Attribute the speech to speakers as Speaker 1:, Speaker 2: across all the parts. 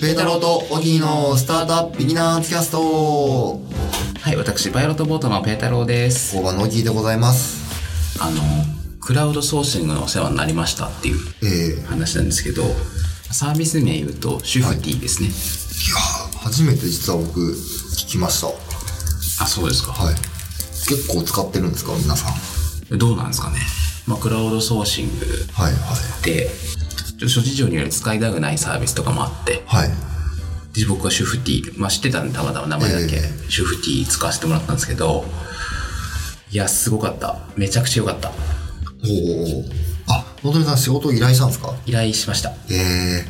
Speaker 1: ペータローとオギーのスタートアップビギナーズキャスト
Speaker 2: はい、私、パイロットボートのペータローです。
Speaker 1: 工場のオギーでございます。
Speaker 2: あの、クラウドソーシングのお世話になりましたっていう
Speaker 1: ええいや
Speaker 2: 話なんですけど、サービス名言うと、シュフティですね。
Speaker 1: ー初めて実は僕聞きました。は
Speaker 2: あ、そうです
Speaker 1: い。
Speaker 2: か。
Speaker 1: 結構使ってるんですか皆さん。
Speaker 2: どうなんですかね。まあ、クラウドソーシング
Speaker 1: はい
Speaker 2: って、ちょっと諸事情により使いたくないサービスとかもあって、
Speaker 1: はい。はい。
Speaker 2: で僕はシュフティ、まあ、知ってたんでたまたま名前だけ、
Speaker 1: え
Speaker 2: シュフティ使わせてもらったんですけど、いや、すごかった。めちゃくちゃ良かった。
Speaker 1: おーおー。あ、本当にさん仕事を依頼したんですか
Speaker 2: 依頼しました。
Speaker 1: ええ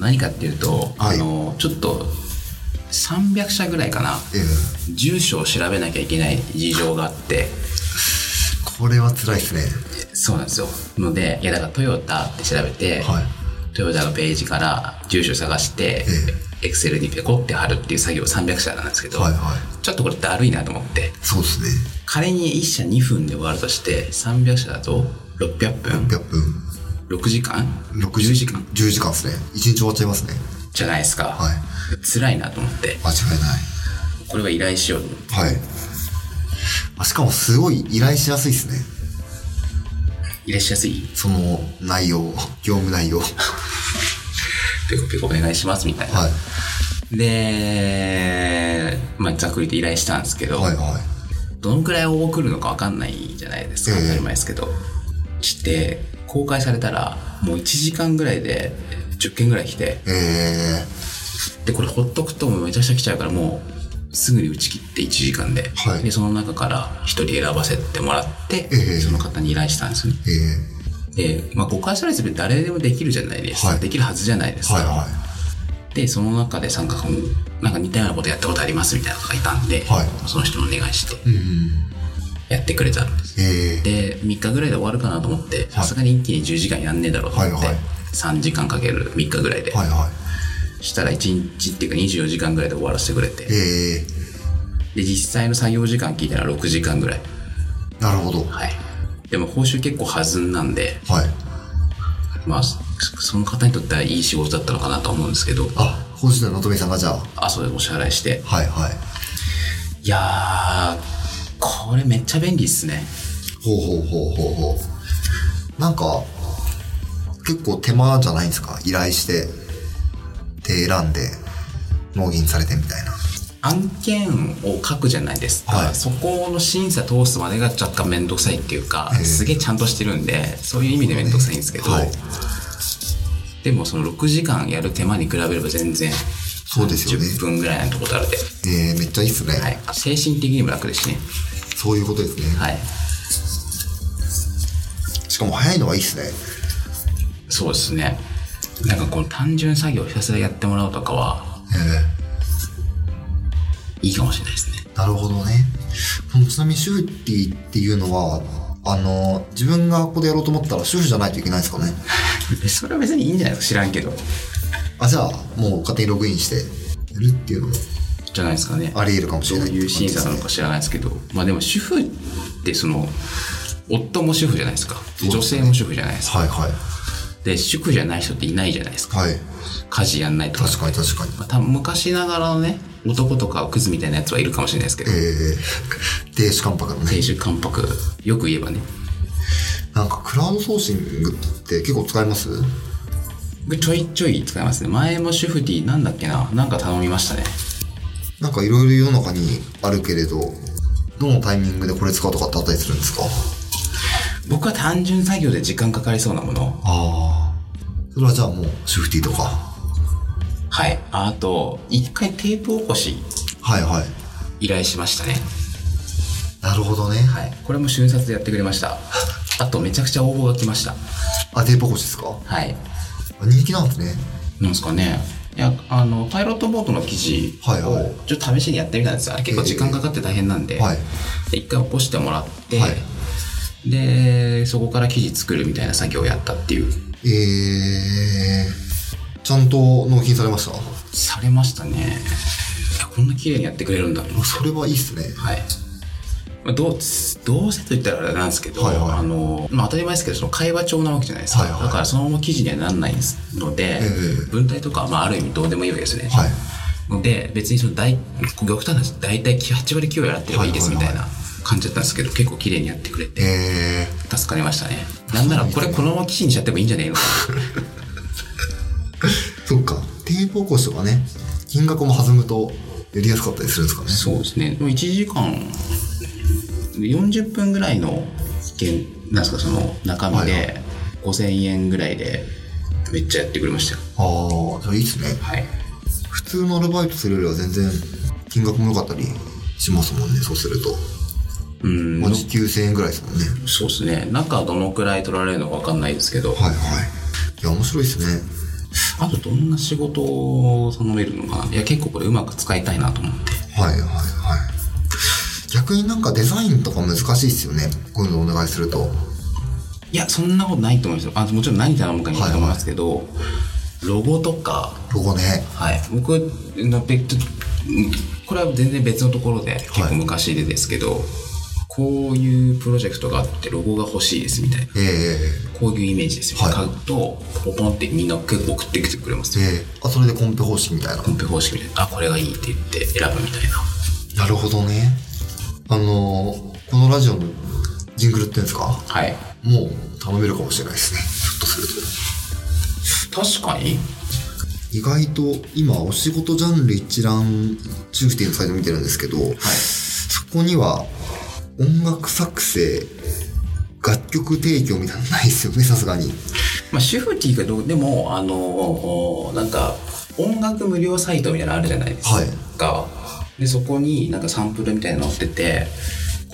Speaker 2: 何かっていうと、
Speaker 1: はい
Speaker 2: あのちょっと300社ぐらいかな
Speaker 1: ええ
Speaker 2: 住所を調べなきゃいけない事情があって
Speaker 1: これは辛いですね。
Speaker 2: そうなんですよのでいやだからトヨタって調べて、
Speaker 1: はい
Speaker 2: トヨタのページから住所探してエクセルにペコって貼るっていう作業300社なんですけど、
Speaker 1: はいはい
Speaker 2: ちょっとこれだるいなと思って
Speaker 1: そうですね。
Speaker 2: 仮に1社2分で終わるとして300社だと600分
Speaker 1: 100分。
Speaker 2: 6時間
Speaker 1: 6
Speaker 2: 10時間
Speaker 1: 10時間ですね。1日終わっちゃいますね。
Speaker 2: じゃないですか、
Speaker 1: はい。
Speaker 2: 辛いなと思って
Speaker 1: 間違いない。
Speaker 2: これは依頼しようと思って
Speaker 1: はい。あしかもすごい依頼しやすいですね。
Speaker 2: 依頼しやすい
Speaker 1: その内容、業務内容。はい。
Speaker 2: ペコペコお願いしますみたいな。
Speaker 1: はい
Speaker 2: で、まあ、ざっくりと依頼したんですけど、
Speaker 1: は
Speaker 2: どのくらい応募来るのか分かんないじゃないですか、
Speaker 1: ええ
Speaker 2: 当たり前ですけど。して、公開されたら、もう1時間ぐらいで10件ぐらい来て、
Speaker 1: い。え
Speaker 2: で、これほっとくともうめちゃくちゃ来ちゃうから、もうすぐに打ち切って1時間で、
Speaker 1: はい
Speaker 2: で、その中から1人選ばせてもらって、
Speaker 1: ええ
Speaker 2: その方に依頼したんですよね。
Speaker 1: ー、え
Speaker 2: で、まあ、公開されてる誰でもできるじゃないですか。
Speaker 1: はい
Speaker 2: できるはずじゃないです
Speaker 1: ー、
Speaker 2: か。
Speaker 1: はいは
Speaker 2: でその中で参加君なんか似たようなことやったことありますみたいなのがいたんで、
Speaker 1: はい
Speaker 2: その人にお願いして
Speaker 1: い。うんうん。
Speaker 2: やってくれたんです、
Speaker 1: えー、
Speaker 2: で3日ぐらいで終わるかなと思ってさすがに一気に10時間やんねえだろうと思って、
Speaker 1: はいはい
Speaker 2: 3時間かける3日ぐらいで、
Speaker 1: はいは
Speaker 2: したら1日っていうか24時間ぐらいで終わらせてくれて
Speaker 1: い。
Speaker 2: で
Speaker 1: え
Speaker 2: 実際の作業時間聞いたら6時間ぐらい
Speaker 1: ー、なるほど。は
Speaker 2: はいでも報酬結構弾んなんで
Speaker 1: い。
Speaker 2: まあそその方にとってはいい仕事だったのかなと思うんですけど
Speaker 1: あ、本日ののとめさんがじゃあ、
Speaker 2: あそれお支払いして
Speaker 1: はいはい。
Speaker 2: いやーこれめっちゃ便利っすね
Speaker 1: ほうほうほうほうほう。なんか、結構手間じゃないんですか依頼して、で、選んで、納品されてみたいな。
Speaker 2: 案件を書くじゃないですか、
Speaker 1: はい
Speaker 2: そこの審査通すまでが若干面倒くさいっていうか、
Speaker 1: え
Speaker 2: すげえちゃんとしてるんでそういう意味で面倒くさいんですけど、
Speaker 1: はい
Speaker 2: でもその6時間やる手間に比べれば全然
Speaker 1: そうですよね
Speaker 2: 10分ぐらいのところあるで、
Speaker 1: えー、めっちゃいいっすね。
Speaker 2: はい、精神的にも楽ですしね
Speaker 1: そういうことですね。
Speaker 2: はい
Speaker 1: しかも早いのはいいっすね。
Speaker 2: そうですねなんかこの単純作業をひたすらやってもらうとかは
Speaker 1: え
Speaker 2: いいかもしれないですね
Speaker 1: ー、なるほどね。そのちなみに主婦ってっていうのは、あの、自分がここでやろうと思ったら主婦じゃないといけないんですかね。
Speaker 2: で それは別にいいんじゃないですか知らんけど
Speaker 1: あ、じゃあ、もう勝手にログインしてやるっていうのも
Speaker 2: じゃないですかね
Speaker 1: あり得るかもし
Speaker 2: ど
Speaker 1: れ
Speaker 2: う
Speaker 1: ないって
Speaker 2: い
Speaker 1: 感
Speaker 2: う
Speaker 1: じ
Speaker 2: 審
Speaker 1: で
Speaker 2: 査
Speaker 1: す
Speaker 2: な
Speaker 1: ね
Speaker 2: のか知らないですけど、まあでも主婦ってその夫も主婦じゃないですか
Speaker 1: う
Speaker 2: 女性も主婦じゃないですか
Speaker 1: はいはい。
Speaker 2: で主婦じゃない人っていないじゃないですか
Speaker 1: はい。
Speaker 2: 家事やんないとか
Speaker 1: 確かに確かに。
Speaker 2: まあ多分昔ながらのね男とかクズみたいなやつはいるかもしれないですけど
Speaker 1: えー、亭主関白のね。
Speaker 2: 亭主関白よく言えばね
Speaker 1: なんかクラウドソーシングって結構使います
Speaker 2: 僕ちょいちょい使いますね前も主婦ティなんだっけななんか頼みましたね
Speaker 1: なんかいろいろ世の中にあるけれど、どのタイミングでこれ使うとかってあったりするんですか
Speaker 2: 僕は単純作業で時間かかりそうなもの
Speaker 1: ああ。それはじゃあもう、シフティとか。
Speaker 2: はいあと一回テープ起こし
Speaker 1: はいはい。
Speaker 2: 依頼しましたね
Speaker 1: なるほどね。
Speaker 2: はい、これも瞬殺でやってくれましたあとめちゃくちゃ応募が来ました
Speaker 1: あ、テープ越しですか
Speaker 2: はい
Speaker 1: 人気なんですね。
Speaker 2: なんですかねいやあのパイロットボートの記事を
Speaker 1: はいはい
Speaker 2: ちょっと試しにやってみたんですよあれ結構時間かかって大変なんで,、
Speaker 1: はい
Speaker 2: で一回起こしてもらって、
Speaker 1: は
Speaker 2: でそこから記事作るみたいな作業をやったっていう
Speaker 1: えー、ちゃんと納品されました
Speaker 2: されましたねいやこんな綺麗にやってくれるんだと思って
Speaker 1: それはいいっすね。
Speaker 2: はいまあ、どうどうせと言ったらあれなんですけど、
Speaker 1: はいはい
Speaker 2: あのまあ、当たり前ですけどその会話帳なわけじゃないですか、
Speaker 1: はいはい
Speaker 2: だからそのまま記事にはならないので、
Speaker 1: ええ
Speaker 2: 文体とかは、まあ、ある意味どうでもいいわけですね、
Speaker 1: はい
Speaker 2: ので別にその大極端な話大体8割9割洗ってればいいですみたい
Speaker 1: は
Speaker 2: な感じだったんですけど結構綺麗にやってくれて
Speaker 1: え
Speaker 2: 助かりましたねなんならこれこのまま記事にしちゃってもいいんじゃねえのか
Speaker 1: ー、そっかテープ起こしとかね金額も弾むとやりやすかったりするんですかね
Speaker 2: そうですね。でも1時間40分ぐらいの件なんですかその中身
Speaker 1: はい
Speaker 2: で5000円ぐらいでめっちゃやってくれましたよ。
Speaker 1: ああそれいいっすね
Speaker 2: はい。
Speaker 1: 普通のアルバイトするよりは全然金額も良かったりしますもんねそうすると
Speaker 2: うん。
Speaker 1: まあ時給1000円ぐらいですもんね
Speaker 2: そうですね。中どのくらい取られるのかわかんないですけど、
Speaker 1: はいはいいや面白いですね
Speaker 2: あとどんな仕事を頼めるのかな。いや結構これうまく使いたいなと思って。
Speaker 1: はいはいはい逆になんかデザインとか難しいですよねこういうのお願いすると
Speaker 2: いやそんなことないと思いますよ。あもちろん何頼むかによると思いますけど、ロゴとか
Speaker 1: ロゴね
Speaker 2: はい、僕の別うんこれは全然別のところで結構昔でですけど、こういうプロジェクトがあってロゴが欲しいですみたいな
Speaker 1: え
Speaker 2: こういうイメージですみたいな、
Speaker 1: はい
Speaker 2: 買うとポポンってみんな結構送ってきてくれま
Speaker 1: え
Speaker 2: す
Speaker 1: え
Speaker 2: よ
Speaker 1: えあそれでコンペ方式みたいな
Speaker 2: コンペ方式みたいなあこれがいいって言って選ぶみたいな
Speaker 1: なるほどねあのーこのラジオのジングルってんですか
Speaker 2: はい
Speaker 1: もう頼めるかもしれないですねひょっとすると
Speaker 2: 確かに
Speaker 1: 意外と今お仕事ジャンル一覧中点のサイト見てるんですけど、そこには音楽作成楽曲提供みたいなのないですよねさすがに
Speaker 2: まあ主婦っていうけどでもあのおなんか音楽無料サイトみたいなのあるじゃないですか、
Speaker 1: はい
Speaker 2: でそこになんかサンプルみたいなの載ってて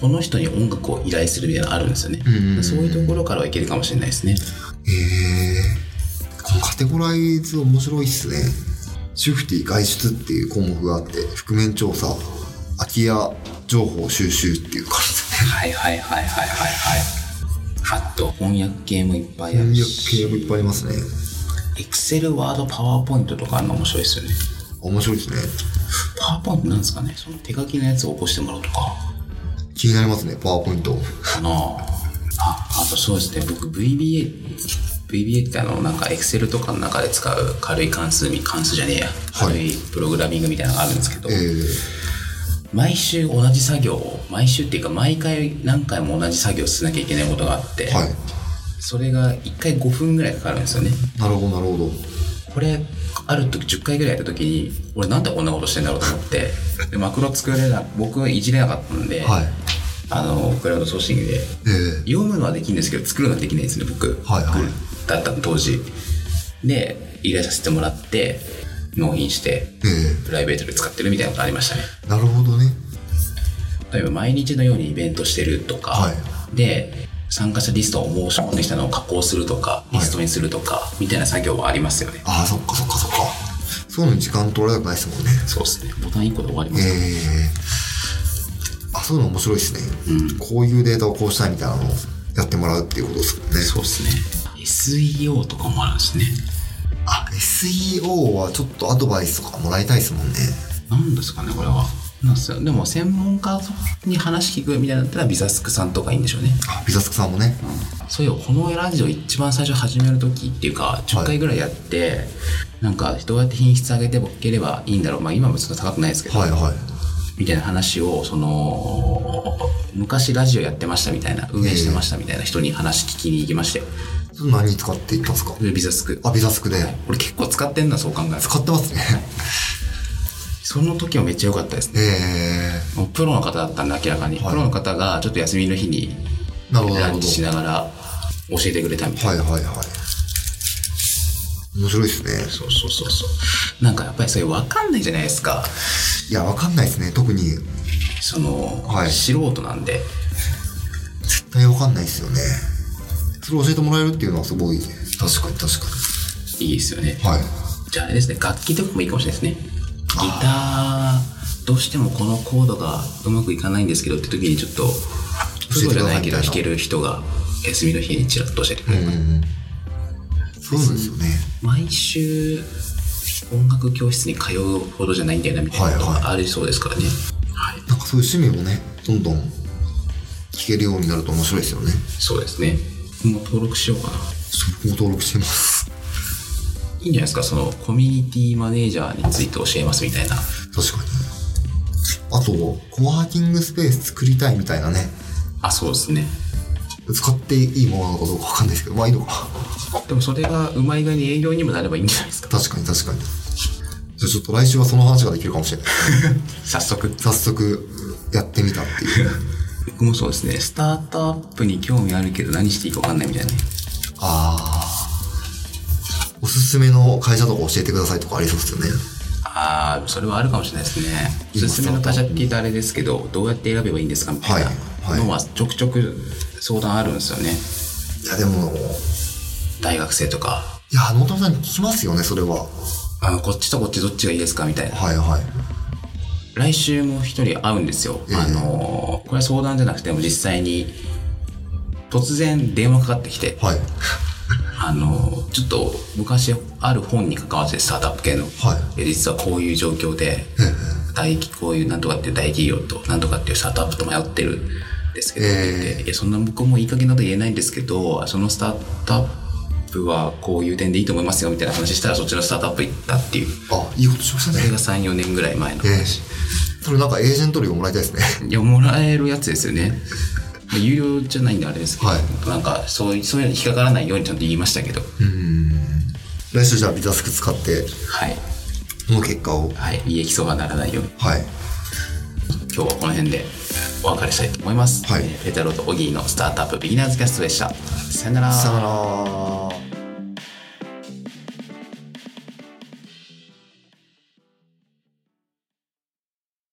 Speaker 2: この人に音楽を依頼するみたいなのあるんですよね
Speaker 1: んうんうん
Speaker 2: そういうところからはいけるかもしれないですね
Speaker 1: へえこのカテゴライズ面白いっすね主婦ティ外出っていう項目があって覆面調査空き家情報収集っていう感じですね
Speaker 2: はいはいはいはいはいはいあと翻訳系もいっぱいある
Speaker 1: 翻
Speaker 2: し
Speaker 1: 訳系もいっぱいありますね
Speaker 2: エクセルワードパワーポイントとかあるの面白いですよね
Speaker 1: 面白いですね
Speaker 2: パワーポイントなんですかねその手書きのやつを起こしてもらうとか
Speaker 1: 気になりますねパワーポイント
Speaker 2: かなああとそうですね僕 VBA VBA ってあのなんか Excel とかの中で使う軽い関数み関数じゃねえや
Speaker 1: はい
Speaker 2: 軽いプログラミングみたいなのがあるんですけど、
Speaker 1: ええ
Speaker 2: 毎週同じ作業を毎週っていうか毎回何回も同じ作業をしなきゃいけないことがあって、
Speaker 1: はい
Speaker 2: それが1回5分ぐらいかかるんですよね
Speaker 1: なるほどなるほど
Speaker 2: これある時10回ぐらいやった時に俺なんでこんなことしてんだろうと思ってでマクロ作れな僕はいじれなかったんで、
Speaker 1: はい
Speaker 2: あのクラウドソーシングで
Speaker 1: ええ
Speaker 2: 読むのはできるんですけど作るのはできないんですね僕、
Speaker 1: はいはい
Speaker 2: だったの当時で依頼させてもらって納品して
Speaker 1: え
Speaker 2: プライベートで使ってるみたいなことありましたね
Speaker 1: えなるほどね
Speaker 2: 例えば毎日のようにイベントしてるとか、
Speaker 1: は
Speaker 2: で参加者リストを申し込んできたのを加工するとかリストにするとか、みたいな作業はありますよね
Speaker 1: ああそっかそっかそっかそういうのに時間取られたくないですもんね
Speaker 2: そうですねボタン1個で終わりま
Speaker 1: ええ
Speaker 2: す、
Speaker 1: あそういうの面白いですね、こういうデータをこうしたいみたいなのをやってもらうっていうことですもんね
Speaker 2: そうですね SEO とかもあるんですね
Speaker 1: あ SEO はちょっとアドバイスとかもらいたいですもんね
Speaker 2: なんですかねこれはなんですよでも専門家に話聞くみたいなのだったらビザスクさんとかいいんでしょうね
Speaker 1: あビザスクさんもね
Speaker 2: そういえばこのラジオ一番最初始める時っていうか10回ぐらいやって、なんかどうやって品質上げていければいいんだろうまあ今もちょっと高くないですけど、
Speaker 1: はいはい
Speaker 2: みたいな話をその昔ラジオやってましたみたいな運営してましたみたいな人に話聞きに行きましたよ
Speaker 1: それ何に使っていったんですか
Speaker 2: それビザスク
Speaker 1: あビザスクで
Speaker 2: 俺結構使ってんだそう考えると
Speaker 1: 使ってますね
Speaker 2: その時はめっちゃ良かったですね
Speaker 1: え
Speaker 2: もうプロの方だったんで明らかに、
Speaker 1: はい
Speaker 2: プロの方がちょっと休みの日に
Speaker 1: えなるほどな
Speaker 2: ラ
Speaker 1: るほ
Speaker 2: ンチし
Speaker 1: ど
Speaker 2: ながら教えてくれたみたいな
Speaker 1: はいはいはい面白いですね
Speaker 2: そうそうそうそうなんかやっぱりそれ分かんないじゃないですか
Speaker 1: いやわかんないですね特に
Speaker 2: その、
Speaker 1: はい
Speaker 2: 素人なんで
Speaker 1: 絶対わかんないですよねそれ教えてもらえるっていうのはすごい確かに確か
Speaker 2: いいですよね、
Speaker 1: にはい
Speaker 2: じゃああれですね楽器とかもいいかもしれないですねギターどうしてもこのコードがうまくいかないんですけどって時にちょっとプロじゃな
Speaker 1: 教えてくださいみ
Speaker 2: いけど
Speaker 1: たいな
Speaker 2: 弾ける人が休みの日にちらっと教えてくれる、
Speaker 1: そうなんですよね
Speaker 2: 毎週音楽教室に通うほどじゃないんだよなみたいなこと
Speaker 1: はいは
Speaker 2: がありそうですからね、はい
Speaker 1: なんかそういう趣味もねどんどん聞けるようになると面白いですよね。
Speaker 2: そうですねもう登録しようかな
Speaker 1: ちょっと僕も登録してます。
Speaker 2: いいんじゃないですかそのコミュニティマネージャーについて教えますみたいな
Speaker 1: 確かに。あと、コワーキングスペース作りたいみたいなね、
Speaker 2: あそうですね
Speaker 1: 使っていいものなのかどうかわかんないですけど、まあいいのか。
Speaker 2: でもそれがうまい具合に営業にもなればいいんじゃない ですか
Speaker 1: 確かに確かに。じゃあちょっと来週はその話ができるかもしれない。
Speaker 2: 早速
Speaker 1: 早速、やってみたっていう。
Speaker 2: 僕もそうですねスタートアップに興味あるけど何していいか分かんないみたいなね
Speaker 1: ああ。おすすめの会社とか教えてくださいとかありそうですよね。
Speaker 2: ああそれはあるかもしれないですねおすすめの会社って言うとあれですけどどうやって選べばいいんですかみたい
Speaker 1: はいは
Speaker 2: ないのはちょくちょく相談あるんですよね
Speaker 1: いや、でも、
Speaker 2: 大学生とか
Speaker 1: いや、野田さんに聞きますよね、それは。
Speaker 2: あこっちとこっちどっちがいいですかみたいな
Speaker 1: はいはい。
Speaker 2: 来週も一人会うんですよ、
Speaker 1: ええ
Speaker 2: あのーこれは相談じゃなくても実際に突然電話かかってきて、
Speaker 1: はい。
Speaker 2: あのちょっと昔ある本に関わってスタートアップ系の、
Speaker 1: はい
Speaker 2: で実はこういう状況で大企こういうなんとかっていう大企業となんとかっていうスタートアップと迷ってるんですけど、
Speaker 1: ええ
Speaker 2: って言っていやそんな僕もいい加減なこと言えないんですけどそのスタートアップはこういう点でいいと思いますよみたいな話したらそっちのスタートアップ行ったっていう
Speaker 1: あ、いいことしまし
Speaker 2: そ
Speaker 1: た
Speaker 2: れ
Speaker 1: ね。
Speaker 2: が34年ぐらい前の
Speaker 1: ええ
Speaker 2: 話、
Speaker 1: それなんかエージェント料もらいたいですね。
Speaker 2: いやもらえるやつですよねまあ有料じゃないんであれですけど、
Speaker 1: はい
Speaker 2: なんかそういうそういうのに引っかからないようにちゃんと言いましたけど、
Speaker 1: 来週じゃあビタスク使って、
Speaker 2: はい
Speaker 1: その結果を。
Speaker 2: はい、利益相がならないように
Speaker 1: はい。
Speaker 2: 今日はこの辺でお別れしたいと思います、
Speaker 1: はい
Speaker 2: えーペタロとオギーのスタートアップビギナーズキャストでしたさよなら
Speaker 1: さよなら。